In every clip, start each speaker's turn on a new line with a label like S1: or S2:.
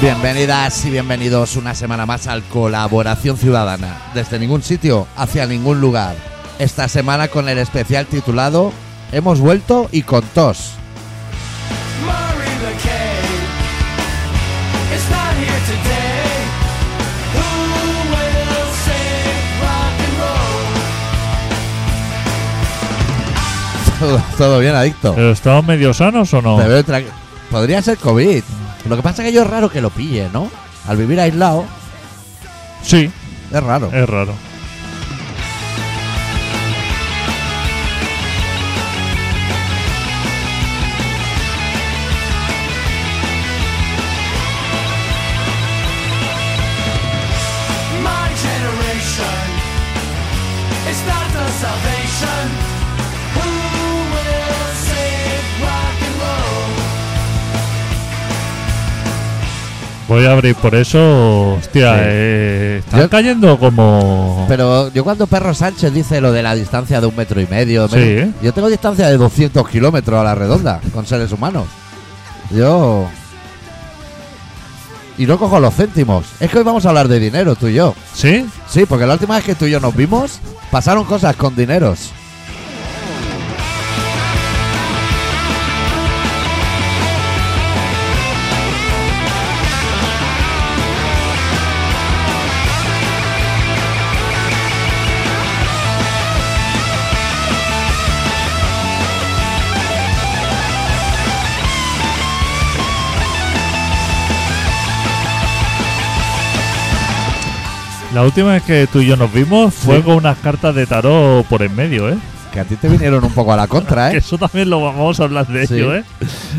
S1: Bienvenidas y bienvenidos una semana más al Colaboración Ciudadana. Desde ningún sitio, hacia ningún lugar. Esta semana con el especial titulado Hemos vuelto y con tos.
S2: Murray McKay is not here today. Who will save rock and roll?
S1: Todo, todo bien, adicto.
S3: ¿Pero estamos Eh, medio sanos o no?
S1: Te veo tranqui- Podría ser COVID. Lo que pasa es que yo es raro que lo pille, ¿no? Al vivir aislado,
S3: Sí,
S1: es raro.
S3: es raro.
S2: My generation is not the salvation. Who will save rock and roll?
S3: Voy a abrir por eso. Hostia,
S1: Sí.
S3: eh, están
S1: Yo-
S3: cayendo como.
S1: Pero yo cuando Perro Sánchez dice lo de la distancia de un metro y medio,
S3: Sí,
S1: metro-
S3: ¿eh?
S1: yo tengo distancia de 200 kilómetros a la redonda con seres humanos. Yo... Y no cojo los céntimos. Es que hoy vamos a hablar de dinero, tú y yo.
S3: ¿Sí?
S1: Sí, porque la última vez que tú y yo nos vimos, pasaron cosas con dineros.
S3: La última vez que tú y yo nos vimos fue
S1: Sí.
S3: con unas cartas de tarot por en medio, ¿eh?
S1: Que a ti te vinieron un poco a la contra,
S3: Que
S1: ¿eh?
S3: eso también lo vamos a hablar de
S1: Sí.
S3: ello, ¿eh?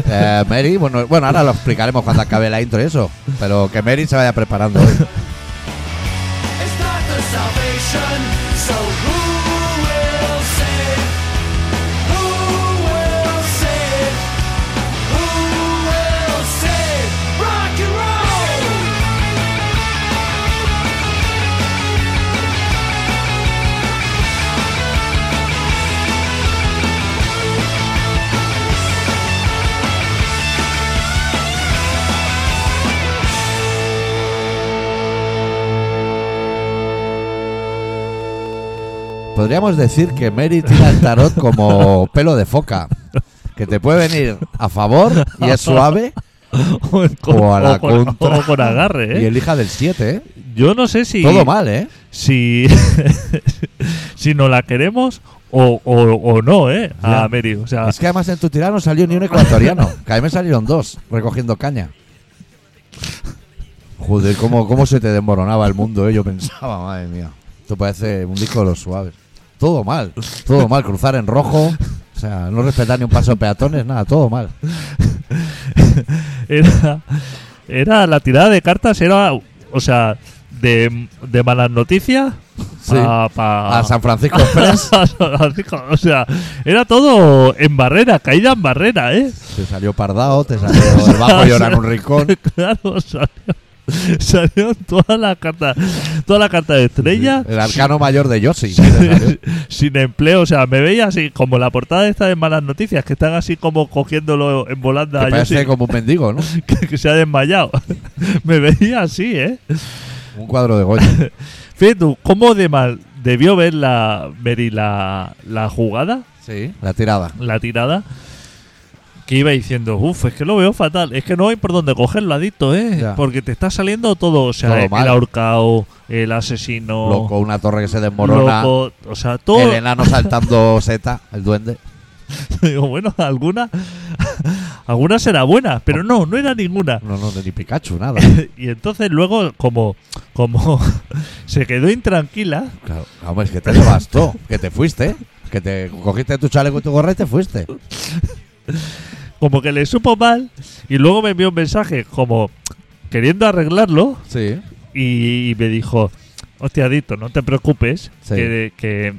S1: Eh, Mary, bueno, bueno, ahora lo explicaremos cuando acabe la intro y eso. Pero que Mary se vaya preparando hoy.
S2: It's not the salvation. So who will save? Who will save? Who will save rock and roll?
S1: Podríamos decir que Mary tira el tarot como pelo de foca. Que te puede venir a favor y es suave
S3: O,
S1: O a la
S3: con,
S1: contra.
S3: o con agarre,
S1: y
S3: ¿eh?
S1: elija del 7, ¿eh?
S3: Yo no sé si.
S1: Todo mal, ¿eh?
S3: Si, si no la queremos o, o, o no, ¿eh? A
S1: Ya.
S3: Mary. O sea,
S1: Es que además en tu tirada no salió ni un ecuatoriano. Que a mí me salieron dos recogiendo caña. Joder, cómo, cómo se te desmoronaba el mundo, ¿eh? Yo pensaba, madre mía. Esto parece un disco de los suaves. Todo mal, todo mal. Cruzar en rojo, o sea, no respetar ni un paso de peatones, nada, todo mal.
S3: era, era la tirada de cartas era o sea de, de malas noticias
S1: Sí.
S3: pa- pa-
S1: A San Francisco Express
S3: a San Francisco, o sea era todo en barrera caída en barrera eh
S1: te salió Pardao, te salió el bajo llorar en un rincón.
S3: claro salió salió toda la carta toda la carta de estrella
S1: El arcano mayor de Yossi. te salió.
S3: sin empleo o sea me veía así como la portada esta de malas noticias que están así como cogiéndolo en volanda
S1: Que
S3: a
S1: parece
S3: Yossi,
S1: como un mendigo, ¿no?
S3: que- que se ha desmayado me veía así eh
S1: Un cuadro de Goya.
S3: Fíjate tú, ¿cómo de mal debió ver la Mary la, la jugada,
S1: Sí. ¿eh? La tirada.
S3: la tirada? Que iba diciendo, uff, es que lo veo fatal, es que no hay por dónde cogerlo, adicto, ¿eh?
S1: Ya.
S3: Porque te está saliendo todo, o sea,
S1: Todo
S3: el
S1: mal.
S3: ahorcado, el asesino,
S1: Loco, una torre que se desmorona.
S3: Oh. loco, o sea, todo.
S1: El enano saltando seta, el duende.
S3: Digo, bueno, alguna, alguna será buena, pero no, no era ninguna.
S1: No, no, ni Pikachu, nada.
S3: Y entonces luego, como, como se quedó intranquila,
S1: Claro, hombre, es que te devastó, que te fuiste, que te cogiste tu chaleco y tu gorra y te fuiste.
S3: como que le supo mal y luego me envió un mensaje como queriendo arreglarlo
S1: Sí.
S3: y, y me dijo, hostia, Dito, no te preocupes,
S1: Sí.
S3: que, que-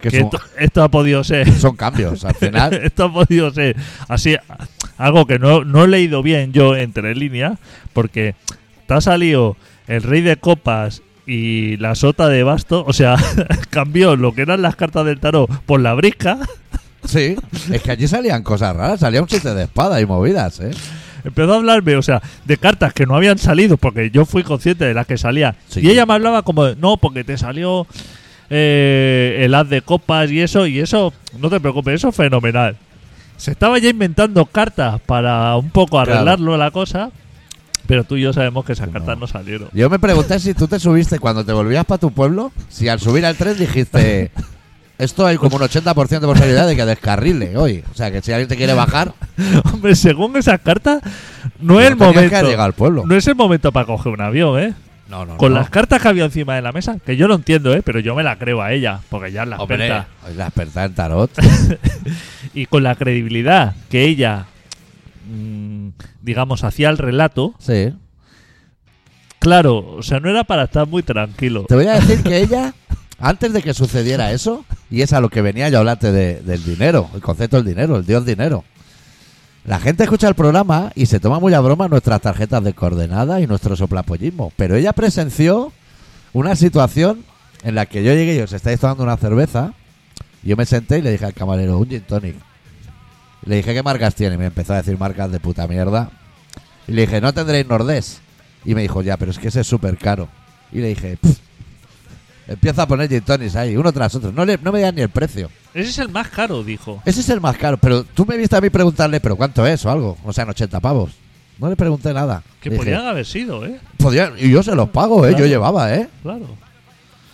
S1: Que Ah.
S3: que
S1: son,
S3: esto, esto ha podido ser,
S1: son cambios, al final.
S3: esto ha podido ser así, algo que no, no he leído bien yo entre líneas, porque te ha salido el rey de copas y la sota de basto, o sea, cambió lo que eran las cartas del tarot por la brisca.
S1: Sí. Es que allí salían cosas raras, salía un chiste de espada y movidas, ¿eh?
S3: empezó a hablarme, o sea, de cartas que no habían salido, porque yo fui consciente de las que salía.
S1: Sí.
S3: Y ella me hablaba como, de, no, porque te salió eh, el haz de copas y eso, y eso, no te preocupes, eso es fenomenal. Se estaba ya inventando cartas para un poco
S1: Claro.
S3: arreglarlo la cosa, pero tú y yo sabemos que esas
S1: Que
S3: cartas
S1: no.
S3: no salieron.
S1: Yo me pregunté si tú te subiste cuando te volvías para tu pueblo, si al subir al tren dijiste, esto hay como un 80% de posibilidad de que descarrile hoy. O sea, que si alguien te quiere bajar,
S3: Hombre, según esas cartas, no,
S1: no
S3: es el
S1: tenías que
S3: momento.
S1: llegar al pueblo.
S3: No es el momento para coger un avión, ¿eh?
S1: No, no,
S3: Con
S1: Pues no.
S3: las cartas que había encima de la mesa, que yo lo entiendo, ¿eh? Pero yo me la creo a ella, porque ya es la
S1: Hombre,
S3: experta.
S1: es la experta en tarot.
S3: Y con la credibilidad que ella, mm, digamos, hacía el relato,
S1: Sí.
S3: claro, o sea, no era para estar muy tranquilo.
S1: Te voy a decir que ella, antes de que sucediera eso, y es a lo que venía yo a hablarte de- del dinero, el concepto del dinero, el dios dinero. La gente escucha el programa y se toma muy a broma nuestras tarjetas de coordenada y nuestro soplapollismo. Pero ella presenció una situación en la que yo llegué y os estáis tomando una cerveza. Yo me senté y le dije al camarero, un gin tonic. Le dije, ¿qué marcas tiene? Y me empezó a decir marcas de puta mierda. Y le dije, no tendréis Nordés. Y me dijo, ya, pero es que ese es súper caro. Y le dije, "Pff". empieza a poner gin tonics ahí, uno tras otro. No, le- no me digas ni el precio.
S3: Ese es el más caro, dijo.
S1: Ese es el más caro. Pero tú me viste a mí preguntarle, ¿pero cuánto es o algo? O sea, en 80 pavos. No le pregunté nada.
S3: Que
S1: Le dije,
S3: podían haber sido, ¿eh?
S1: "Podían- y yo se los pago, ¿eh?
S3: Claro.
S1: Yo llevaba, ¿eh?
S3: Claro.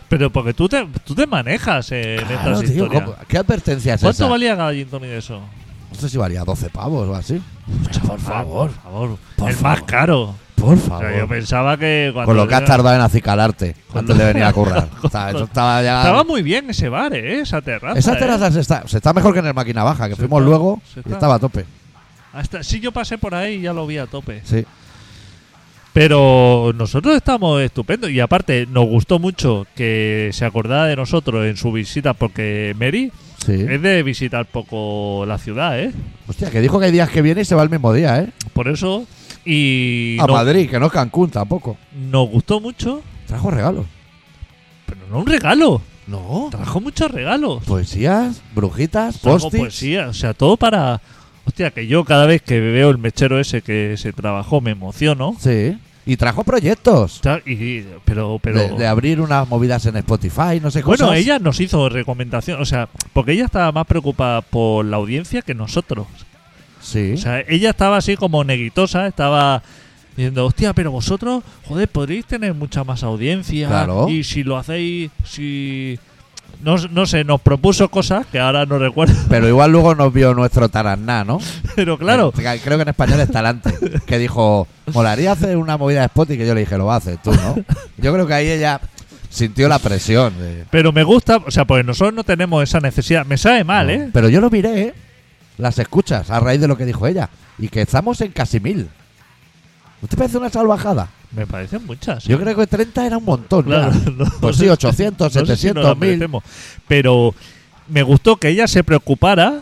S3: Pero porque tú te, tú te manejas eh, en
S1: Claro,
S3: estas
S1: tío,
S3: historias.
S1: ¿cómo? ¿Qué advertencia es
S3: ¿Cuánto
S1: esa?
S3: valía cada gin tonic de eso?
S1: No sé si valía 12 pavos o así.
S3: por favor, por favor.
S1: Por
S3: el más
S1: favor.
S3: caro.
S1: Por
S3: O
S1: favor.
S3: sea, yo pensaba que cuando
S1: Con lo que has
S3: era-
S1: tardado en acicalarte
S3: Cuando-
S1: antes de venir a currar. O sea, eso estaba ya...
S3: Estaba muy bien ese bar, ¿eh? Esa terraza.
S1: Esa
S3: ¿eh?
S1: terraza se, está, se está mejor que en el máquina baja, que
S3: Se
S1: fuimos
S3: está-
S1: luego y
S3: se está.
S1: estaba a tope.
S3: ¿eh? Hasta, sí, yo pasé por ahí y ya lo vi a tope.
S1: Sí.
S3: Pero nosotros estamos estupendos. Y aparte, nos gustó mucho que se acordara de nosotros en su visita, porque Mary
S1: Sí.
S3: es de visitar poco la ciudad, ¿eh?
S1: Hostia, que dijo que hay días que viene y se va el mismo día, ¿eh?
S3: Por eso. Y
S1: a
S3: no-
S1: Madrid, que no es Cancún tampoco.
S3: nos gustó mucho,
S1: Trajo regalos.
S3: pero no un regalo.
S1: No. Pues,
S3: Trajo muchos regalos.
S1: Poesías, brujitas,
S3: Trajo
S1: postis.
S3: poesía, o sea, todo para. Hostia, que yo cada vez que veo el mechero ese que se trabajó me emociono.
S1: Sí. Y trajo proyectos.
S3: Está- y- y- pero, pero
S1: De, de abrir unas movidas en Spotify, no sé cosas.
S3: bueno, ella nos hizo recomendación, o sea, porque ella estaba más preocupada por la audiencia que nosotros.
S1: Sí.
S3: O sea, ella estaba así como neguitosa, estaba diciendo, hostia, pero vosotros, joder, podríais tener mucha más audiencia.
S1: Claro.
S3: Y si lo hacéis, si. No, no sé, nos propuso cosas que ahora no recuerdo,
S1: Pero igual luego nos vio nuestro Taraná, ¿no?
S3: pero claro.
S1: Que- Creo que en español es Talante. Que dijo, molaría hacer una movida de Spotify. Que yo le dije, lo vas a hacer tú, ¿no? Yo creo que ahí ella sintió la presión. de-
S3: Pero me gusta, o sea, porque nosotros no tenemos esa necesidad. Me sabe mal,
S1: No,
S3: ¿eh?
S1: Pero yo lo miré, ¿eh? las escuchas, a raíz de lo que dijo ella. Y que estamos en casi mil. ¿Usted parece una salvajada?
S3: Me parecen muchas. ¿eh?
S1: Yo creo que 30 era un montón.
S3: Claro,
S1: ya.
S3: no-
S1: Pues
S3: no
S1: sí,
S3: sé-
S1: 800,
S3: no sé si nos
S1: 700,
S3: la
S1: 1000.
S3: merecemos. Pero me gustó que ella se preocupara,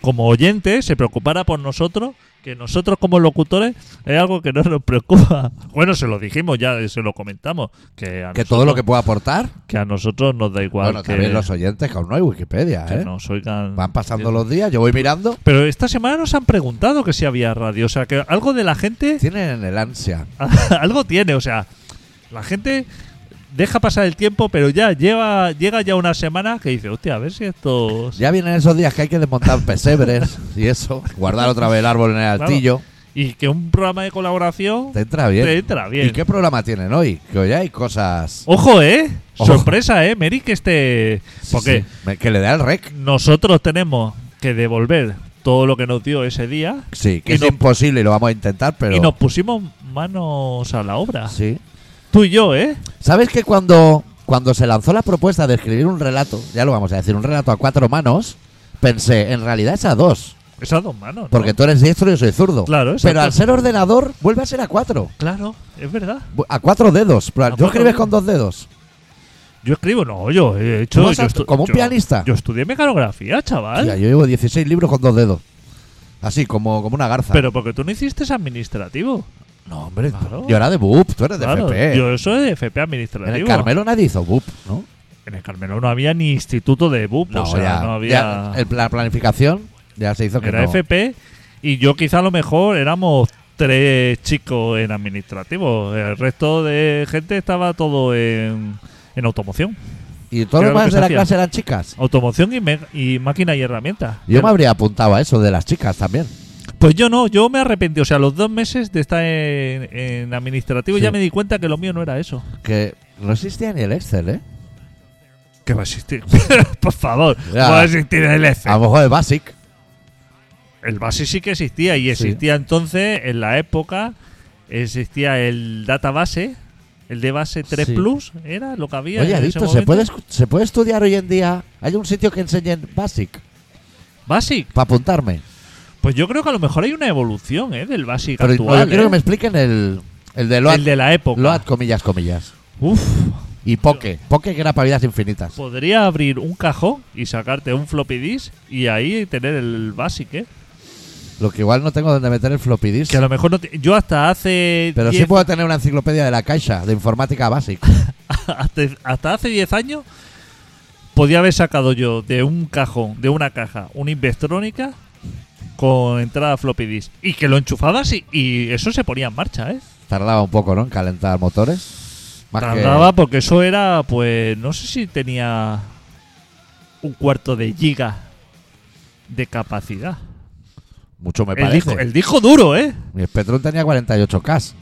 S3: como oyente, se preocupara por nosotros, que nosotros como locutores es algo que no nos preocupa. Bueno, se lo dijimos ya, se lo comentamos. Que, a
S1: Que
S3: nosotros,
S1: todo lo que pueda aportar.
S3: que a nosotros nos da igual
S1: bueno,
S3: que,
S1: también los oyentes, que aún no hay Wikipedia,
S3: que
S1: ¿eh?
S3: nos oigan.
S1: Van pasando los días, yo voy mirando.
S3: Pero esta semana nos han preguntado que si había radio. O sea, que algo de la gente
S1: Tienen el ansia.
S3: algo tiene, o sea, la gente deja pasar el tiempo, pero ya lleva llega ya una semana que dice, hostia, a ver si esto
S1: Ya vienen esos días que hay que desmontar pesebres y eso. Guardar otra vez el árbol en el
S3: Claro.
S1: altillo.
S3: y que un programa de colaboración
S1: Te entra bien.
S3: te entra bien.
S1: ¿Y qué programa tienen hoy? Que hoy hay cosas.
S3: Ojo, eh,
S1: Ojo.
S3: sorpresa, eh, Meri que este porque
S1: Sí, sí. Me- Que le da el rec.
S3: nosotros tenemos que devolver todo lo que nos dio ese día
S1: Sí, que
S3: Y
S1: es
S3: no-
S1: imposible y lo vamos a intentar, pero.
S3: y nos pusimos manos a la obra.
S1: Sí.
S3: Tú y yo, eh.
S1: ¿Sabes que cuando, cuando se lanzó la propuesta de escribir un relato, ya lo vamos a decir, un relato a cuatro manos, pensé, en realidad es a dos,
S3: Esas dos manos. ¿no?
S1: porque tú eres diestro y yo soy zurdo.
S3: Claro, exacto.
S1: Pero al ser ordenador, vuelve a ser a cuatro.
S3: claro, es verdad.
S1: Bu- A cuatro dedos. Pero
S3: A
S1: ¿Tú
S3: cuatro
S1: escribes
S3: dedos.
S1: con dos dedos?
S3: Yo escribo, no, yo he hecho.
S1: ¿Cómo has
S3: yo
S1: hecho?
S3: estu-
S1: ¿Como un
S3: yo-
S1: pianista?
S3: Yo estudié mecanografía, chaval.
S1: Tía, yo llevo 16 libros con dos dedos. Así, como, como una garza.
S3: Pero porque tú no hiciste ese administrativo.
S1: no, hombre.
S3: Claro.
S1: Yo era de BUP, tú eres de E.
S3: Claro,
S1: FP.
S3: Yo soy de FP
S1: en
S3: administrativo.
S1: el Carmelo nadie hizo BUP, ¿no?
S3: En el Carmelo no había ni instituto de BUP, o sea, no había.
S1: ya, el- la planificación ya se hizo que
S3: era
S1: no.
S3: FP Y yo quizá a lo mejor éramos tres chicos en administrativo. El resto de gente estaba todo en, en automoción.
S1: Y todos
S3: Era
S1: los
S3: lo
S1: demás
S3: que se
S1: de la
S3: hacía.
S1: clase eran chicas.
S3: Automoción y, me- y máquina y herramientas.
S1: Yo me habría apuntado a eso de las chicas también.
S3: Pues yo no, yo me arrepentí. O sea, los dos meses de estar en, en administrativo
S1: Sí.
S3: ya me di cuenta que lo mío no era eso.
S1: Que no existía ni el Excel, ¿eh?
S3: Que va a existir. Por favor,
S1: Ya.
S3: va a existir el Excel.
S1: A lo mejor el Basic.
S3: El base sí que existía y
S1: Sí.
S3: existía entonces, en la época, existía el database, el de base 3
S1: Sí.
S3: Plus, era lo que había.
S1: Oye,
S3: en ese
S1: adicto, ¿se
S3: momento.
S1: puede, escu- ¿se puede estudiar hoy en día? Hay un sitio que enseñen Basic
S3: Basic.
S1: para apuntarme.
S3: Pues yo creo que a lo mejor hay una evolución ¿eh? del Basic
S1: Pero
S3: actual.
S1: yo quiero
S3: ¿eh?
S1: que me expliquen el, el de Load,
S3: el de la época.
S1: Load, comillas, comillas.
S3: Uf,
S1: Y Poke. Poke que era para vidas infinitas.
S3: Pues- podría abrir un cajón y sacarte un floppy disk y ahí tener el Basic, ¿eh?
S1: Lo que igual no tengo donde meter el floppy disk.
S3: Que a lo mejor no te- yo hasta hace
S1: Pero sí
S3: 10
S1: puedo tener una enciclopedia de la caixa, de informática básica.
S3: hasta, hasta hace 10 años podía haber sacado yo de un cajón, de una caja, una Investrónica con entrada floppy disk y que lo enchufabas y, y eso se ponía en marcha, ¿eh?
S1: Tardaba un poco, ¿no? En calentar motores. Más que-
S3: Tardaba porque eso era, pues, no sé si tenía un cuarto de giga de capacidad.
S1: Mucho me
S3: El
S1: parece.
S3: disco, el disco duro, ¿eh?
S1: Mi Spectrum tenía 48K.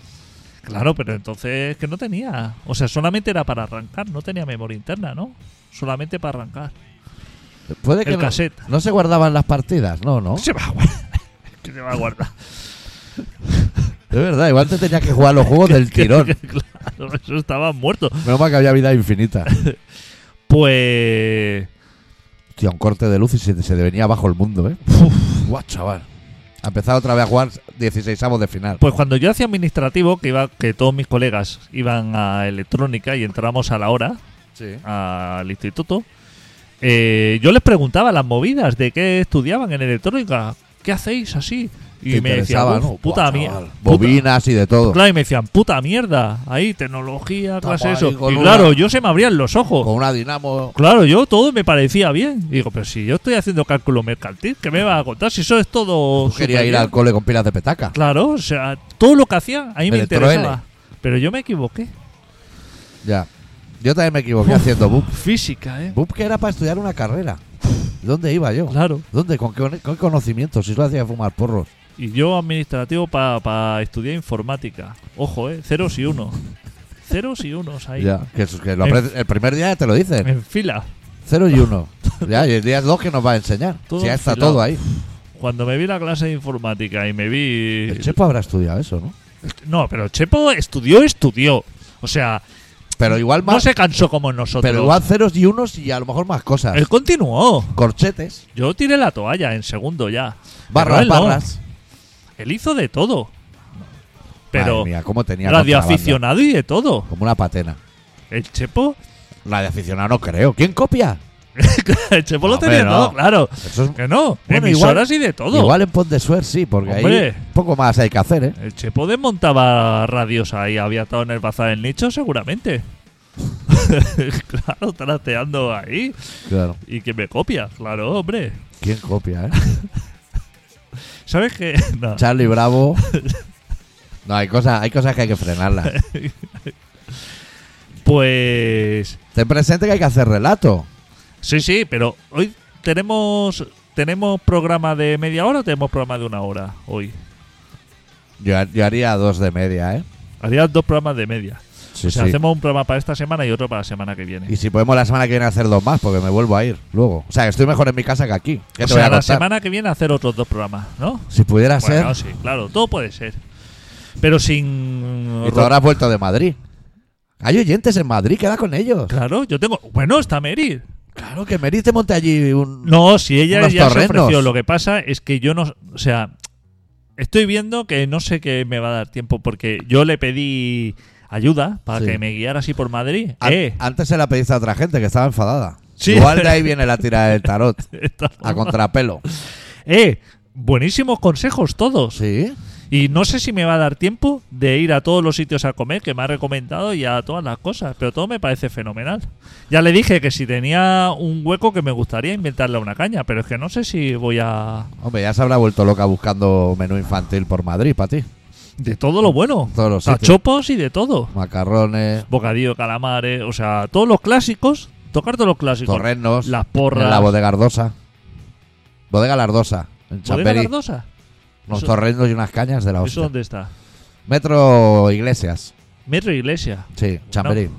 S3: Claro, pero entonces que no tenía, o sea, solamente era para arrancar, no tenía memoria interna, ¿no? Solamente para arrancar.
S1: Puede que
S3: El
S1: no,
S3: cassette.
S1: no se guardaban las partidas, no, no.
S3: Se va a guardar. que se va a guardar.
S1: Es verdad, igual te tenías que jugar los juegos del tirón.
S3: claro, eso estaba muerto.
S1: Menos mal que había vida infinita.
S3: Pues.
S1: Hostia, un corte de luz y se, se venía abajo el mundo, ¿eh? Guau, chaval. Ha empezado otra vez a jugar 16 avos de final.
S3: Pues cuando yo hacía administrativo, que iba, que todos mis colegas iban a electrónica y entramos a la hora
S1: Sí.
S3: al instituto, eh, yo les preguntaba las movidas de qué estudiaban en electrónica, qué hacéis así. Y
S1: Te
S3: me
S1: interesaba,
S3: decían,
S1: ¿no?
S3: puta
S1: Buah,
S3: mierda.
S1: chaval. Bobinas y de todo.
S3: Claro, y me decían, puta mierda, ahí, tecnología,
S1: Estamos
S3: clase
S1: ahí
S3: eso.
S1: con
S3: Y
S1: una-
S3: claro, yo se me abrían los ojos.
S1: Con una dinamo.
S3: Claro, yo todo me parecía bien. Y digo, pero si yo estoy haciendo cálculo mercantil, ¿qué me vas a contar? Si eso es todo.
S1: Yo quería ir
S3: superbién.
S1: al cole con pilas de petaca.
S3: Claro, o sea, todo lo que hacía a mí me
S1: Electro L.
S3: interesaba. Pero yo me equivoqué.
S1: Ya. Yo también me equivoqué haciendo BUP.
S3: Física, ¿eh?
S1: BUP que era para estudiar una carrera. ¿Dónde iba yo?
S3: Claro.
S1: ¿Dónde? ¿Con qué, con qué conocimiento? Si solo hacía fumar porros.
S3: Y yo administrativo para estudiar informática. Ojo, ¿eh? Ceros y unos. Ceros y unos ahí. Eh.
S1: Ya. Que, eso- que lo
S3: En-
S1: aprendes- el primer día te lo dicen.
S3: En fila.
S1: Cero y uno. Ya, y el día dos que nos va a enseñar.
S3: Todo
S1: Si ya está
S3: enfilado.
S1: todo ahí.
S3: Cuando me vi la clase de informática y me vi.
S1: El Chepo habrá estudiado eso, ¿no?
S3: No, pero Chepo estudió, estudió. O sea,
S1: Pero igual
S3: no
S1: más.
S3: se cansó como nosotros.
S1: pero igual ceros y unos y a lo mejor más cosas.
S3: Él continuó.
S1: Corchetes,
S3: Yo tiré la toalla en segundo ya. Pero
S1: barras,
S3: él no.
S1: barras.
S3: Él hizo de todo. Pero
S1: Madre mía, cómo tenía contrabando.
S3: radioaficionado y de todo.
S1: Como una patena.
S3: El Chepo,
S1: Radioaficionado no creo. ¿Quién copia?
S3: el Chepo lo
S1: Hombre,
S3: tenía
S1: no.
S3: todo, claro.
S1: Eso es-
S3: Que no,
S1: Bueno,
S3: emisoras y de todo.
S1: Igual en Pont de Suer sí, porque ahí
S3: Hombre.
S1: poco más hay que hacer, ¿eh?
S3: El Chepo desmontaba radios ahí, había estado en el bazar del nicho seguramente. claro, trasteando ahí.
S1: Claro.
S3: Y que me copia, claro, hombre.
S1: ¿Quién copia, eh?
S3: ¿Sabes qué? No.
S1: Charlie Bravo. No, hay cosas, hay cosas que hay que frenarlas.
S3: Pues
S1: Ten presente que hay que hacer relato.
S3: Sí, sí, pero hoy tenemos tenemos programa de media hora o tenemos programa de una hora hoy.
S1: Yo, ha- yo haría dos de media, ¿eh?
S3: Harían dos programas de media.
S1: Sí,
S3: o sea,
S1: Pues sí.
S3: hacemos un programa para esta semana y otro para la semana que viene.
S1: Y si podemos la semana que viene hacer dos más, porque me vuelvo a ir luego. O sea, que estoy mejor en mi casa que aquí. ¿Qué
S3: o
S1: te voy
S3: sea,
S1: a
S3: la
S1: contar?
S3: semana que viene hacer otros dos programas, ¿no?
S1: Si pudiera
S3: Bueno,
S1: ser.
S3: sí, claro, todo puede ser. Pero sin
S1: Y tú habrás vuelto de Madrid. Hay oyentes en Madrid, queda con ellos.
S3: Claro, yo tengo, bueno, está Mary.
S1: Claro, que Meri te monte allí un.
S3: No, si ella
S1: Unos
S3: ya se
S1: torrendos.
S3: ofreció, lo que pasa es que yo no, o sea, estoy viendo que no sé qué me va a dar tiempo porque yo le pedí ayuda para
S1: Sí.
S3: que me guiara así por Madrid.
S1: An-
S3: eh,
S1: Antes se la pediste a otra gente que estaba enfadada.
S3: Sí.
S1: Igual de ahí viene la tira del tarot.
S3: esta
S1: A
S3: forma.
S1: contrapelo.
S3: eh, buenísimos consejos todos.
S1: Sí.
S3: Y no sé si me va a dar tiempo de ir a todos los sitios a comer que me ha recomendado y a todas las cosas, pero todo me parece fenomenal. Ya le dije que si tenía un hueco que me gustaría inventarle una caña, pero es que no sé si voy a...
S1: Hombre, ya se habrá vuelto loca buscando menú infantil por Madrid para ti.
S3: De todo lo bueno.
S1: Todos los sitios.
S3: Tachopos y de todo.
S1: Macarrones,
S3: Bocadillo de calamares, o sea, todos los clásicos. Tocar todos los clásicos.
S1: torrenos,
S3: Las
S1: en
S3: porras.
S1: la bodega Ardosa. Bodega Lardosa, en
S3: ¿Bodega
S1: Chamberí.
S3: Lardosa?
S1: Unos
S3: Eso-
S1: torrenos y unas cañas de la
S3: ¿Eso
S1: hostia.
S3: dónde está?
S1: Metro Iglesias,
S3: Metro Iglesia.
S1: sí, Chamberí.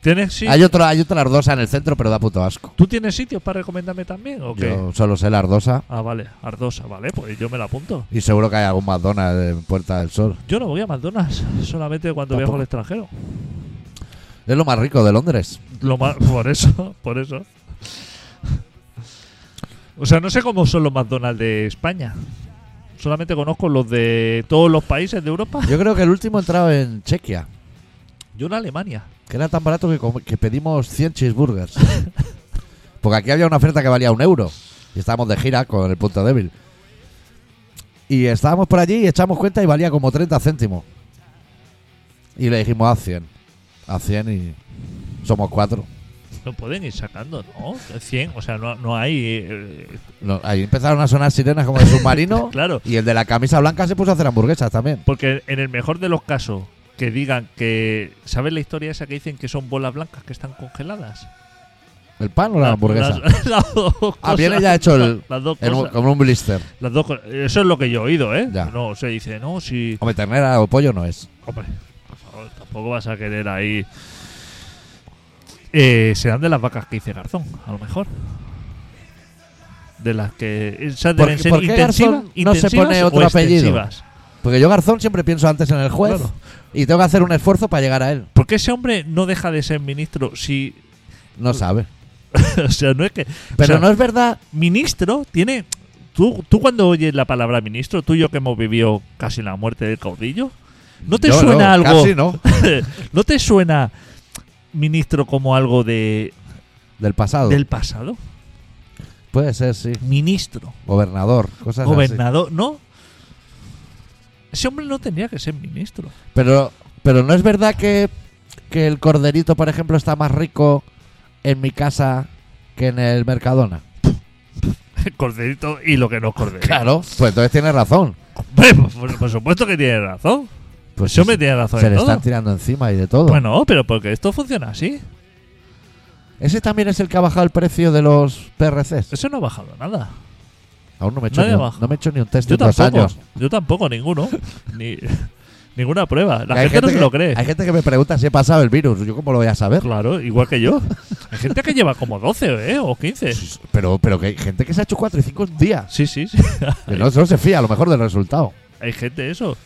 S3: ¿Tienes, sí,
S1: Hay otro, hay otra Ardosa en el centro, pero da puto asco.
S3: ¿Tú tienes sitios para recomendarme también o qué?
S1: Yo solo sé la Ardosa
S3: Ah, vale, Ardosa, vale, pues yo me la apunto.
S1: y seguro que hay algún McDonald's en Puerta del Sol.
S3: Yo no voy a McDonald's, solamente cuando viajo al extranjero.
S1: Es lo más rico de Londres.
S3: Lo ma- por eso, por eso. O sea, no sé cómo son los McDonald's de España. Solamente conozco los de todos los países de Europa.
S1: Yo creo que el último entraba en Chequia,
S3: Yo en Alemania.
S1: que era tan barato que, com- que pedimos 100 cheeseburgers. Porque aquí había una oferta que valía un euro. Y estábamos de gira con el punto débil. Y estábamos por allí y echamos cuenta y valía como 30 céntimos. Y le dijimos a 100. A 100 y somos cuatro.
S3: No pueden ir sacando, ¿no? 100, o sea, no, no hay... eh,
S1: No, ahí empezaron a sonar sirenas como de submarino.
S3: claro.
S1: Y el de la camisa blanca se puso a hacer hamburguesas también.
S3: Porque en el mejor de los casos, que digan que. ¿Sabes la historia esa que dicen que son bolas blancas que están congeladas?
S1: ¿El pan o la
S3: Las-
S1: hamburguesa?
S3: Las, las dos cosas.
S1: Ah, viene ya hecho el-
S3: Las dos
S1: En un-
S3: cosas.
S1: como un blister.
S3: Las dos cosas. Eso es lo que yo he oído, ¿eh?
S1: Ya.
S3: No, se dice, no, si.
S1: Hombre, ternera o pollo no es.
S3: Hombre, por favor, tampoco vas a querer ahí. Eh, serán de las vacas que hice Garzón, a lo mejor. De las que. Esas
S1: ¿Por
S3: deben
S1: qué-
S3: ser
S1: por qué
S3: intensiva-
S1: Garzón no se
S3: intensivas
S1: pone
S3: o
S1: otro apellido?
S3: extensivas.
S1: Porque yo, Garzón, siempre pienso antes en el juez.
S3: Claro.
S1: Y tengo que hacer un esfuerzo para llegar a él.
S3: ¿Por qué ese hombre no deja de ser ministro si
S1: No sabe.
S3: o sea, no es que.
S1: Pero
S3: o sea,
S1: no es verdad.
S3: Ministro tiene. Tú, tú cuando oyes la palabra ministro, tú y yo que hemos vivido casi la muerte del caudillo, ¿no te
S1: Yo
S3: suena
S1: no,
S3: algo.
S1: Casi no.
S3: ¿No te suena ministro como algo de
S1: Del pasado.
S3: del pasado?
S1: Puede ser, sí.
S3: Ministro,
S1: Gobernador. Cosas así.
S3: gobernador, ¿no? Ese hombre no tendría que ser ministro.
S1: Pero, pero no es verdad que, que el corderito, por ejemplo, está más rico en mi casa que en el Mercadona.
S3: Corderito y lo que no es corderito.
S1: Claro. Pues entonces tienes razón.
S3: Hombre, pues, por, por supuesto que tiene razón.
S1: Pues
S3: Ese hombre tiene razón
S1: se
S3: en
S1: le
S3: todo.
S1: están tirando encima y de todo.
S3: Bueno, pero porque esto funciona así.
S1: Ese también es el que ha bajado el precio de los PRCs.
S3: Eso no ha bajado nada.
S1: Aún no me he hecho,
S3: Nadie
S1: ni un,
S3: baja.
S1: no me he hecho ni un test
S3: Yo
S1: en dos
S3: tampoco.
S1: años.
S3: Yo tampoco, ninguno. Ni, ninguna prueba. La
S1: Que hay
S3: gente, no se
S1: que-
S3: lo cree.
S1: Hay gente que me pregunta si he pasado el virus. ¿Yo cómo lo voy a saber?
S3: Claro, igual que yo. Hay gente que lleva como 12 ¿eh? o 15.
S1: Pero, pero que hay gente que se ha hecho cuatro y cinco días.
S3: Sí, sí, sí.
S1: Que no, no se fía a lo mejor del resultado.
S3: Hay gente eso.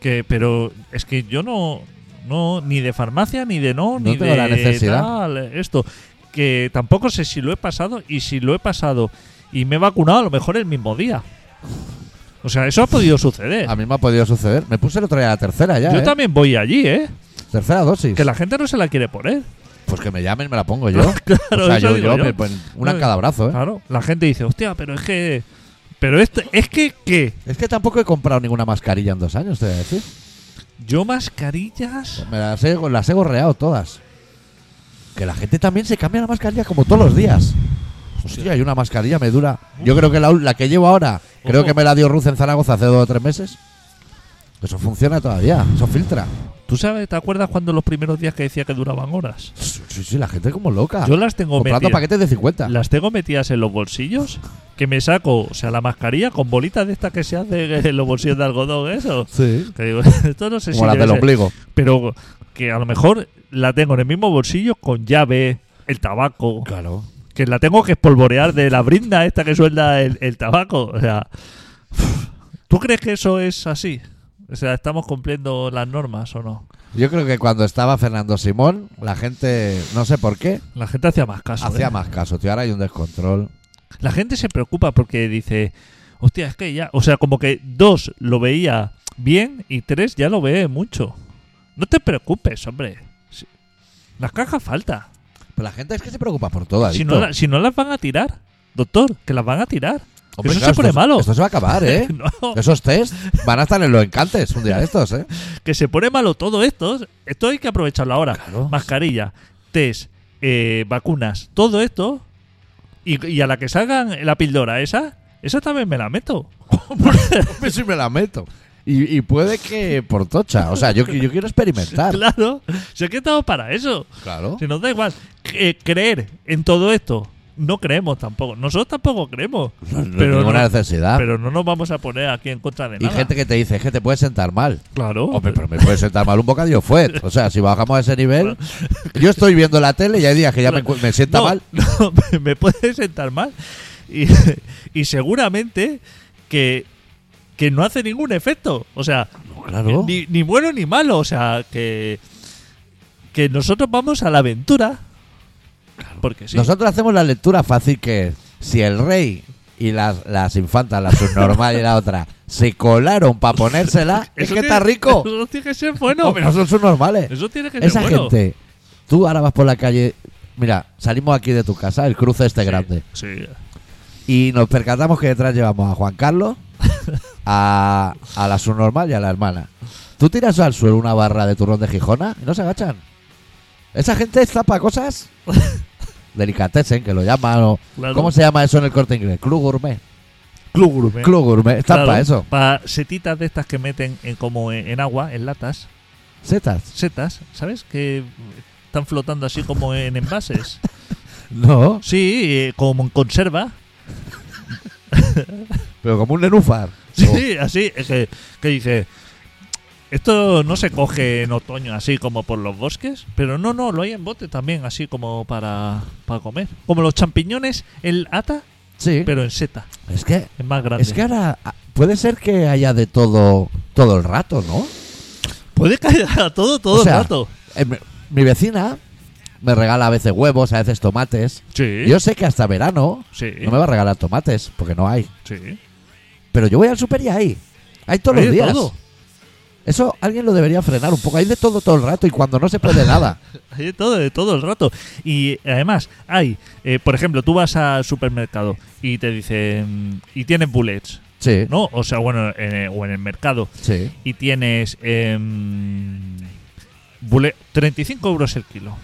S3: Que, pero es que yo no, no, ni de farmacia, ni de no,
S1: No
S3: ni
S1: tengo
S3: de
S1: la necesidad.
S3: tal, esto. Que tampoco sé si lo he pasado y si lo he pasado y me he vacunado a lo mejor el mismo día. O sea, eso ha podido suceder.
S1: A mí me ha podido suceder. Me puse el otro día la tercera ya.
S3: yo
S1: ¿eh?
S3: también voy allí, ¿eh?
S1: Tercera dosis.
S3: Que la gente no se la quiere poner.
S1: Pues que me llamen, me la pongo yo.
S3: Claro,
S1: o sea,
S3: eso
S1: yo,
S3: digo
S1: yo,
S3: yo.
S1: me pon- una en
S3: No,
S1: cada brazo, ¿eh?
S3: Claro, la gente dice, hostia, pero es que. Pero este, es que, ¿qué?
S1: Es que tampoco he comprado ninguna mascarilla en dos años, te voy a decir.
S3: Yo mascarillas.
S1: Me las he, las he gorreado todas. Que la gente también se cambia la mascarilla como todos los días. Hostia, y una mascarilla me dura. Yo creo que la, la que llevo ahora, creo
S3: Ojo.
S1: que me la dio Ruth en Zaragoza hace dos o tres meses. Eso funciona todavía, eso filtra.
S3: ¿Tú sabes, te acuerdas cuando los primeros días que decía que duraban horas?
S1: Sí, sí, la gente como loca.
S3: Yo las tengo
S1: Ah, Comprando
S3: metidas.
S1: paquetes de 50.
S3: Las tengo metidas en los bolsillos. Que me saco, o sea, la mascarilla con bolitas de estas que se hace en los bolsillos de algodón, eso.
S1: Sí.
S3: Que digo, esto no sé
S1: Como
S3: si.
S1: las
S3: debe
S1: del
S3: ser-
S1: ombligo.
S3: Pero que a lo mejor la tengo en el mismo bolsillo con llave, el tabaco.
S1: Claro.
S3: Que la tengo que espolvorear de la brinda esta que suelta el, el tabaco. O sea, ¿tú crees que eso es así? O sea, ¿estamos cumpliendo las normas o no?
S1: Yo creo que cuando estaba Fernando Simón, la gente, no sé por qué,
S3: La gente hacía más caso.
S1: hacía
S3: ¿eh?
S1: más caso. Tío, ahora hay un descontrol.
S3: La gente se preocupa porque dice, hostia, es que ya. O sea, como que dos lo veía bien y tres ya lo ve mucho. No te preocupes, hombre. Si- Las cajas falta.
S1: Pero la gente es que se preocupa por todo.
S3: Si
S1: adicto.
S3: no, la- si no las van a tirar, doctor, que las van a tirar.
S1: Hombre,
S3: Eso se
S1: claro,
S3: pone
S1: esto-
S3: malo.
S1: Esto se va a acabar, ¿eh?
S3: No,
S1: Esos test van a estar en los encantes un día de estos, ¿eh?
S3: que se pone malo todo esto. Esto hay que aprovecharlo ahora.
S1: Claro.
S3: Mascarilla, test, eh, vacunas, todo esto. Y, y a la que salgan la píldora esa, esa también me la meto.
S1: Hombre, si me la meto. Y, y puede que por tocha. O sea, yo, qui- yo quiero experimentar.
S3: Claro, si es que estamos para eso.
S1: Claro.
S3: Si nos da igual. Eh, creer en todo esto. No creemos tampoco. Nosotros tampoco creemos.
S1: No, no
S3: pero,
S1: ninguna
S3: no,
S1: necesidad.
S3: pero no nos vamos a poner aquí en contra de
S1: y
S3: nada.
S1: gente que te dice, es que te puedes sentar mal.
S3: Claro.
S1: Hombre, pero me puede sentar mal un bocadillo fuet. O sea, si bajamos a ese nivel, yo estoy viendo la tele y hay días que ya me, encu- me sienta
S3: no,
S1: mal.
S3: no, me- me puede sentar mal. Y, y seguramente que, que no hace ningún efecto. O sea,
S1: Claro.
S3: ni, ni bueno ni malo. O sea, que, que nosotros vamos a la aventura. Porque sí.
S1: Nosotros hacemos la lectura fácil que es, si el rey y las, las infantas, la subnormal y la otra, se colaron para ponérsela, es
S3: Eso
S1: que
S3: tiene-
S1: está rico.
S3: Eso tiene que ser bueno.
S1: No, pero no son subnormales.
S3: Eso tiene que ser
S1: Esa
S3: bueno.
S1: gente, tú ahora vas por la calle, mira, salimos aquí de tu casa, el cruce este
S3: Sí,
S1: grande,
S3: Sí.
S1: y nos percatamos que detrás llevamos a Juan Carlos, a, a la subnormal y a la hermana. Tú tiras al suelo una barra de turrón de Gijona y no se agachan. Esa gente está para cosas delicatessen, que lo llaman. o-
S3: Claro.
S1: ¿Cómo se llama eso en el corte inglés? Club gourmet.
S3: Club Gourmet.
S1: Club ¿eh? gourmet. Está
S3: Claro,
S1: para eso.
S3: Para setitas de estas que meten en, como en, en agua, en latas.
S1: Setas.
S3: Setas, ¿sabes? Que están flotando así como en envases.
S1: No,
S3: Sí, eh, como en conserva.
S1: Oh. pero como un nenúfar.
S3: Sí, así. es que, que dice, esto no se coge en otoño así como por los bosques, pero no, no, lo hay en bote también, así como para, para comer. Como los champiñones, el ata,
S1: Sí.
S3: pero en seta.
S1: es que
S3: Es más grande.
S1: es que ahora ah, puede ser que haya de todo todo el rato, ¿no?
S3: Puede caer a todo, todo
S1: O sea,
S3: el rato.
S1: Eh, mi- mi vecina me regala a veces huevos, a veces tomates.
S3: Sí,
S1: Yo sé que hasta verano
S3: sí,
S1: no me va a regalar tomates porque no hay.
S3: sí.
S1: Pero yo voy al super y hay. Hay todos
S3: Hay
S1: los
S3: de
S1: días.
S3: todo.
S1: Eso alguien lo debería frenar un poco. Hay de todo todo el rato y cuando no se puede nada.
S3: Hay de todo, de todo el rato. Y además, hay, eh, por ejemplo, tú vas al supermercado y te dicen, y tienes bullets,
S1: Sí,
S3: ¿no? O sea, bueno, en- eh, o en el mercado,
S1: sí.
S3: y tienes em, bule- 35 euros el kilo,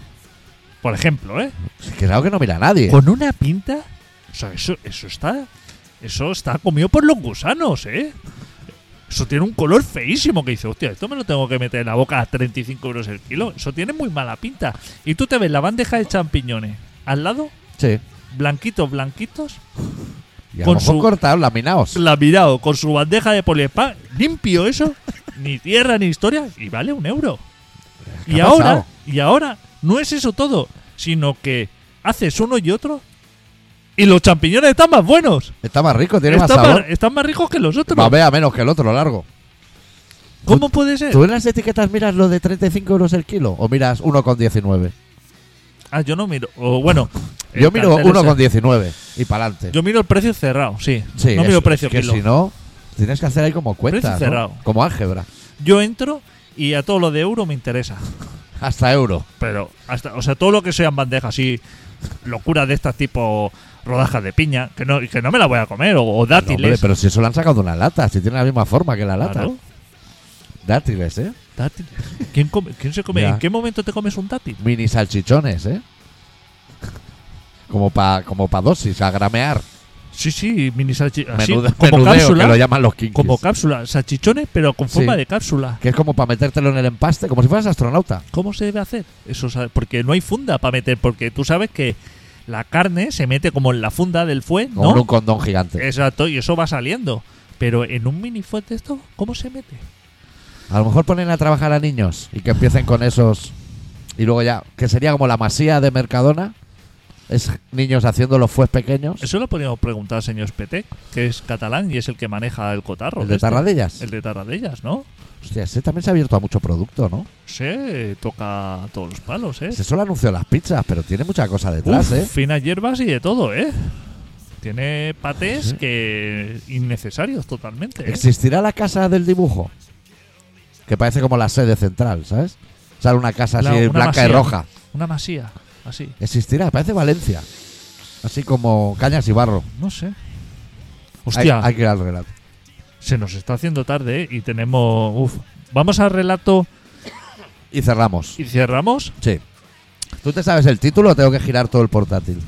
S3: por ejemplo, ¿eh?
S1: Es que es algo que no mira a nadie.
S3: Con una pinta, o sea, eso, eso está, eso está comido por los gusanos, ¿eh? Eso tiene un color feísimo que dice, hostia, esto me lo tengo que meter en la boca a 35 euros el kilo. Eso tiene muy mala pinta. Y tú te ves la bandeja de champiñones al lado,
S1: Sí.
S3: blanquitos, blanquitos,
S1: Y a
S3: Con
S1: lo mejor
S3: su-
S1: cortados, laminados.
S3: laminado con su bandeja de poliespán, limpio eso, ni tierra ni historia, y vale un euro.
S1: ¿Qué
S3: Y
S1: ha
S3: ahora,
S1: pasado?
S3: y ahora, no es eso todo, sino que haces uno y otro, y los champiñones están más buenos.
S1: Está más rico, tiene más
S3: Están
S1: sabor.
S3: más, están más ricos que los otros.
S1: Babea menos que el otro, largo.
S3: ¿Cómo puede ser?
S1: ¿Tú en las etiquetas miras lo de 35 euros el kilo o miras 1,19?
S3: Ah, yo no miro. O bueno,
S1: Yo
S3: el
S1: miro
S3: cartel ese.
S1: 1,19 y para adelante.
S3: eh. Yo miro el precio cerrado, sí.
S1: Sí,
S3: no
S1: eso,
S3: miro precio
S1: que
S3: kilo.
S1: si no, tienes que hacer ahí como cuentas.
S3: Precio
S1: ¿no?
S3: cerrado.
S1: Como álgebra.
S3: Yo entro y a todo lo de euro me interesa.
S1: Hasta euro.
S3: Pero, hasta, o sea, todo lo que sean bandejas así, locura de estas tipo rodajas de piña, que no, que no me la voy a comer, o, o
S1: No, hombre,
S3: dátiles.
S1: pero si eso lo han sacado de una lata, si tiene la misma forma que la lata.
S3: Claro,
S1: Dátiles, ¿eh?
S3: dátiles. ¿Quién, come- quién se come?
S1: Ya.
S3: ¿En qué momento te comes un dátil?
S1: Mini salchichones, ¿eh? Como para como pa dosis, a gramear.
S3: Sí, sí, mini salchi- así,
S1: Menudo-
S3: como
S1: menudeo,
S3: cápsula,
S1: que lo llaman los kinkis.
S3: como cápsula, salchichones, pero con
S1: Sí.
S3: forma de cápsula.
S1: que es como para metértelo en el empaste, como si fueras astronauta.
S3: ¿Cómo se debe hacer? Eso sabe- porque no hay funda para meter, porque tú sabes que la carne se mete como en la funda del fue,
S1: Como en
S3: ¿no?
S1: un condón gigante.
S3: Exacto, y eso va saliendo. Pero en un mini fuet de esto, ¿cómo se mete?
S1: A lo mejor ponen a trabajar a niños y que empiecen con esos. Y luego ya, que sería como la masía de Mercadona. Es niños haciendo los fues pequeños.
S3: Eso lo podríamos preguntar al señor Petec, que es catalán y es el que maneja el cotarro.
S1: el de
S3: este.
S1: Tarradellas.
S3: El de Tarradellas, ¿no?
S1: Hostia, ese también se ha abierto a mucho producto, ¿no?
S3: Se toca todos los palos, ¿eh?
S1: Se solo anunció las pizzas, pero tiene mucha cosa detrás,
S3: Uf,
S1: ¿eh?
S3: Finas hierbas y de todo, ¿eh? Tiene patés que innecesarios totalmente. ¿eh?
S1: ¿Existirá la casa del dibujo? Que parece como la sede central, ¿sabes? Sale una casa así
S3: La- una
S1: blanca y
S3: masía.
S1: roja.
S3: Una masía, así.
S1: Existirá, parece Valencia. Así como cañas y barro.
S3: No sé. Hostia,
S1: Hay, hay que ir al relato.
S3: se nos está haciendo tarde ¿eh? y tenemos. Uf. Vamos al relato
S1: Y cerramos.
S3: y cerramos.
S1: Sí. ¿Tú te sabes el título o tengo que girar todo el portátil?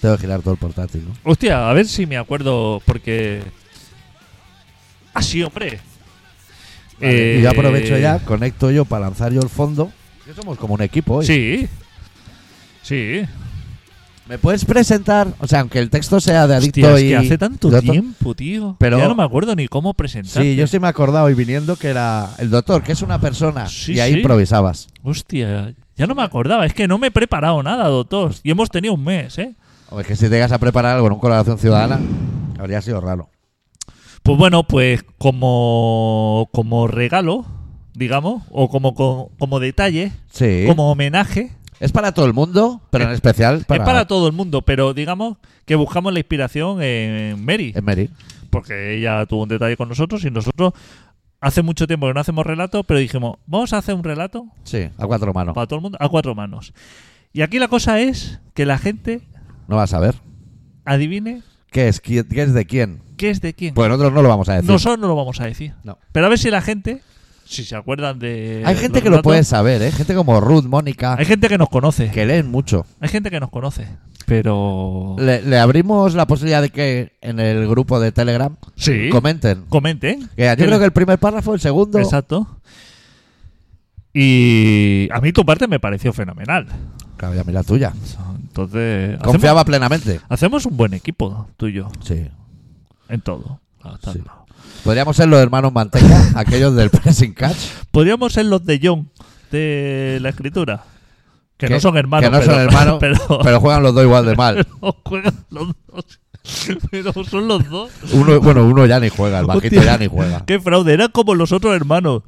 S1: Tengo que girar todo el portátil, ¿no?
S3: Hostia, a ver si me acuerdo, porque. Ah, sí, hombre.
S1: Vale,
S3: Eh,
S1: y yo aprovecho ya, conecto yo para lanzar yo el fondo. Que somos como un equipo hoy.
S3: Sí. Sí.
S1: ¿Me puedes presentar? O sea, aunque el texto sea de adicto
S3: Hostia, es
S1: y.
S3: que hace tanto
S1: de otro-
S3: tiempo, tío.
S1: Pero-
S3: ya no me acuerdo ni cómo presentar.
S1: Sí, yo sí me he acordado y viniendo que era el doctor, que es una persona.
S3: Sí,
S1: y ahí
S3: sí.
S1: improvisabas.
S3: Hostia, ya no me acordaba. Es que no me he preparado nada, doctor. Y hemos tenido un mes, ¿eh?
S1: O es que si te llegas a preparar algo en un colaboración ciudadana, habría sido raro.
S3: Pues bueno, pues como, como regalo, digamos, o como, co- como, detalle,
S1: Sí.
S3: como homenaje.
S1: Es para todo el mundo, pero en
S3: Es-
S1: especial para,
S3: Eh, Es para todo el mundo, pero digamos que buscamos la inspiración en Mary,
S1: en Mary.
S3: porque ella tuvo un detalle con nosotros y nosotros hace mucho tiempo que no hacemos relato, pero dijimos, vamos a hacer un relato
S1: Sí, a cuatro manos.
S3: para todo el mundo a cuatro manos. Y aquí la cosa es que la gente
S1: No vas a ver.
S3: adivine
S1: ¿Qué es, qui- qué es de quién?
S3: qué es de quién.
S1: Pues nosotros no lo vamos a decir.
S3: Nosotros no lo vamos a decir.
S1: No.
S3: Pero a ver si la gente, si se acuerdan de.
S1: Hay gente
S3: los
S1: que lo
S3: relatos,
S1: puede saber, ¿eh? Gente como Ruth, Mónica,
S3: Hay gente que nos conoce.
S1: que leen mucho.
S3: Hay gente que nos conoce. Pero.
S1: Le, le abrimos la posibilidad de que en el grupo de Telegram
S3: Sí.
S1: comenten.
S3: Comenten.
S1: Que yo creo que el primer párrafo, el segundo.
S3: Exacto. Y a mí tu parte me pareció fenomenal.
S1: Claro, ya mira tuya.
S3: Entonces. hacemos-
S1: Confiaba plenamente.
S3: Hacemos un buen equipo, tú y yo,
S1: Sí.
S3: en todo. Ah,
S1: está claro. Podríamos ser los hermanos Manteca, aquellos del pressing catch.
S3: Podríamos ser los de John, de la escritura. Que, no son hermanos.
S1: Que no
S3: pero,
S1: son hermanos,
S3: pero-
S1: pero juegan los dos igual de mal.
S3: pero juegan los dos. Pero son los dos.
S1: Uno, bueno, uno ya ni juega, el bajito
S3: Hostia,
S1: ya ni juega.
S3: Qué fraude. Eran como los otros hermanos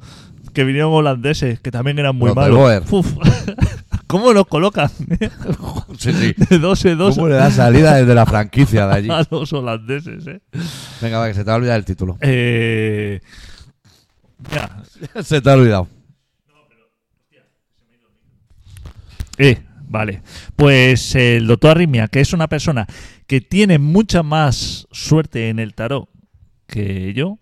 S3: que vinieron holandeses, que también eran muy
S1: Los de Boer.
S3: malos. Uf. ¿Cómo los colocan? eh?
S1: Sí, sí.
S3: De 12 dos
S1: ¿Cómo le da salida desde la franquicia de allí?
S3: a los holandeses, ¿eh?
S1: Venga, va, que se te ha olvidado el título.
S3: Eh, ya.
S1: Se te ha olvidado.
S3: Eh, vale. Pues eh, el doctor Arritmia, que es una persona que tiene mucha más suerte en el tarot que yo,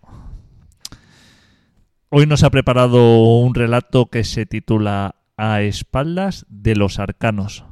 S3: hoy nos ha preparado un relato que se titula A espaldas de los arcanos.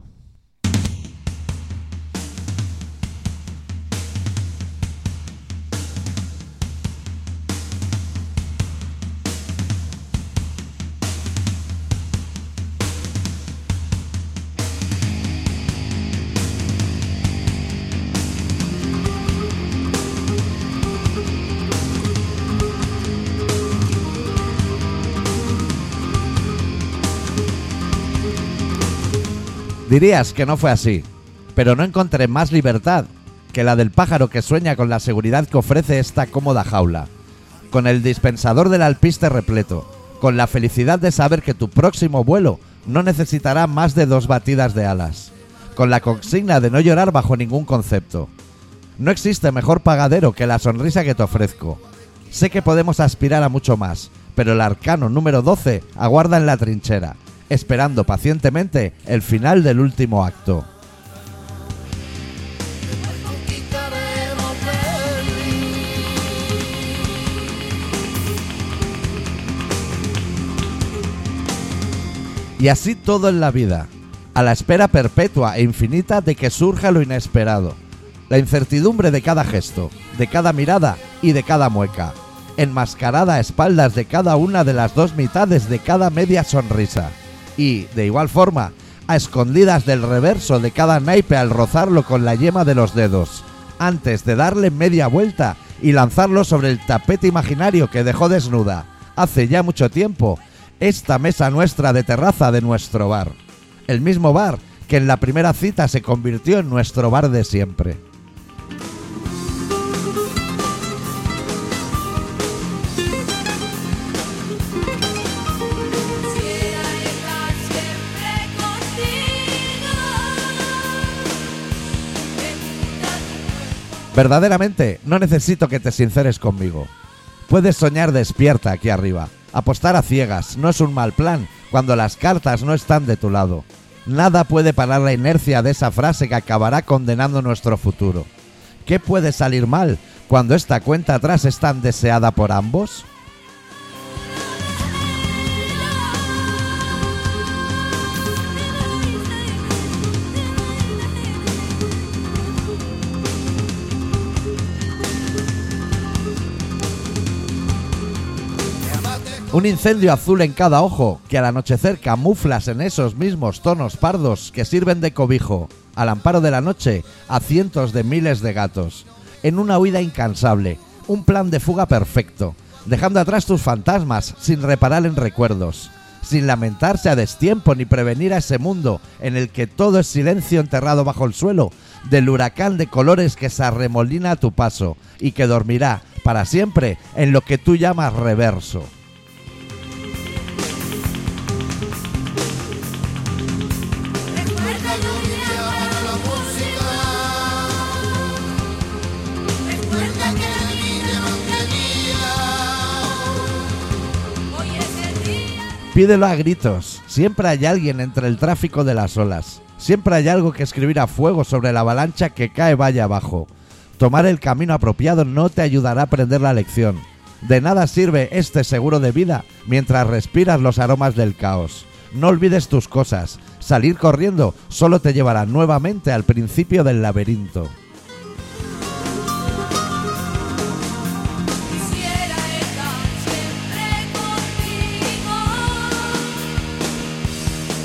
S1: Dirías que no fue así, pero no encontré más libertad que la del pájaro que sueña con la seguridad que ofrece esta cómoda jaula, con el dispensador del alpiste repleto, con la felicidad de saber que tu próximo vuelo no necesitará más de dos batidas de alas, con la consigna de no llorar bajo ningún concepto. No existe mejor pagadero que la sonrisa que te ofrezco. Sé que podemos aspirar a mucho más, pero el arcano número 12 aguarda en la trinchera, esperando pacientemente el final del último acto. Y así todo en la vida, a la espera perpetua e infinita de que surja lo inesperado, la incertidumbre de cada gesto, de cada mirada y de cada mueca, enmascarada a espaldas de cada una de las dos mitades de cada media sonrisa, y, de igual forma, a escondidas del reverso de cada naipe al rozarlo con la yema de los dedos, antes de darle media vuelta y lanzarlo sobre el tapete imaginario que dejó desnuda, hace ya mucho tiempo, esta mesa nuestra de terraza de nuestro bar. El mismo bar que en la primera cita se convirtió en nuestro bar de siempre.
S4: Quisiera estar siempre contigo
S1: Verdaderamente, no necesito que te sinceres conmigo. Puedes soñar despierta aquí arriba. Apostar a ciegas no es un mal plan cuando las cartas no están de tu lado. Nada puede parar la inercia de esa frase que acabará condenando nuestro futuro. ¿Qué puede salir mal cuando esta cuenta atrás es tan deseada por ambos? Un incendio azul en cada ojo que al anochecer camuflas en esos mismos tonos pardos que sirven de cobijo, al amparo de la noche, a cientos de miles de gatos. En una huida incansable, un plan de fuga perfecto, dejando atrás tus fantasmas sin reparar en recuerdos, sin lamentarse a destiempo ni prevenir a ese mundo en el que todo es silencio enterrado bajo el suelo, del huracán de colores que se arremolina a tu paso y que dormirá para siempre en lo que tú llamas reverso.
S4: Recuerda lluvia para la música. Recuerda que la vida no tenía. Hoy es el día.
S1: Pídelo a gritos. Siempre hay alguien entre el tráfico de las olas. Siempre hay algo que escribir a fuego sobre la avalancha que cae valle abajo. Tomar el camino apropiado no te ayudará a aprender la lección. De nada sirve este seguro de vida mientras respiras los aromas del caos. No olvides tus cosas. Salir corriendo solo te llevará nuevamente al principio del laberinto.
S4: Quisiera estar siempre contigo.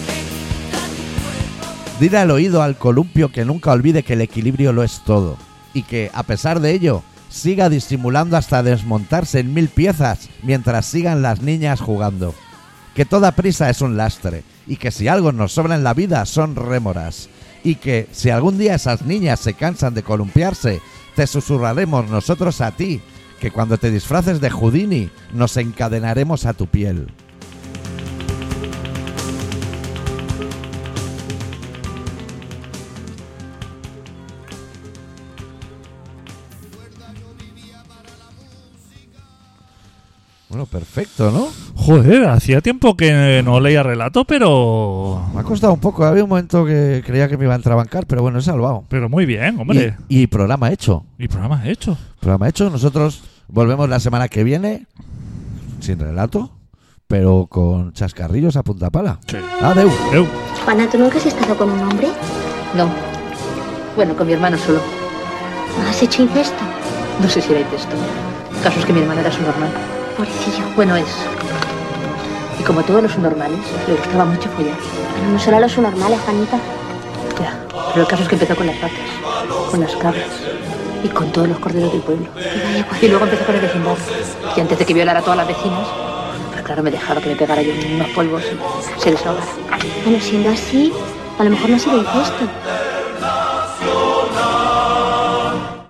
S4: Me gusta tu cuerpo.
S1: Dile al oído al columpio que nunca olvide que el equilibrio lo es todo y que, a pesar de ello, siga disimulando hasta desmontarse en mil piezas mientras sigan las niñas jugando. Que toda prisa es un lastre y que si algo nos sobra en la vida son rémoras y que si algún día esas niñas se cansan de columpiarse, te susurraremos nosotros a ti que cuando te disfraces de Houdini nos encadenaremos a tu piel. Bueno, perfecto, ¿no?
S3: Joder, hacía tiempo que no leía relato, pero.
S1: Me ha costado un poco. Había un momento que creía que me iba a entrabancar, pero bueno, he salvado.
S3: Pero muy bien, hombre.
S1: Y, y programa hecho.
S3: Y, programa hecho.
S1: Programa hecho. Nosotros volvemos la semana que viene, sin relato, pero con chascarrillos a punta pala.
S3: Sí.
S1: Adeu.
S3: Eu.
S5: Juana, ¿tú nunca has estado con un hombre?
S6: No. Bueno, con mi hermano solo.
S5: ¿Has hecho incesto?
S6: No sé si era incesto. El caso es que mi hermano era su normal.
S5: Pobrecillo.
S6: Bueno, es. Y como todos los normales, le gustaba mucho follar.
S5: Pero no solo a los normales, Juanita.
S6: Ya. Pero el caso es que empezó con las vacas, con las cabras y con todos los corderos del pueblo. Y luego empezó con el vecindario. Y antes de que violara a todas las vecinas, pues claro, me dejaba que me pegara yo unos polvos y se desahogara.
S5: Bueno, siendo así, a lo mejor no ha sido incesto.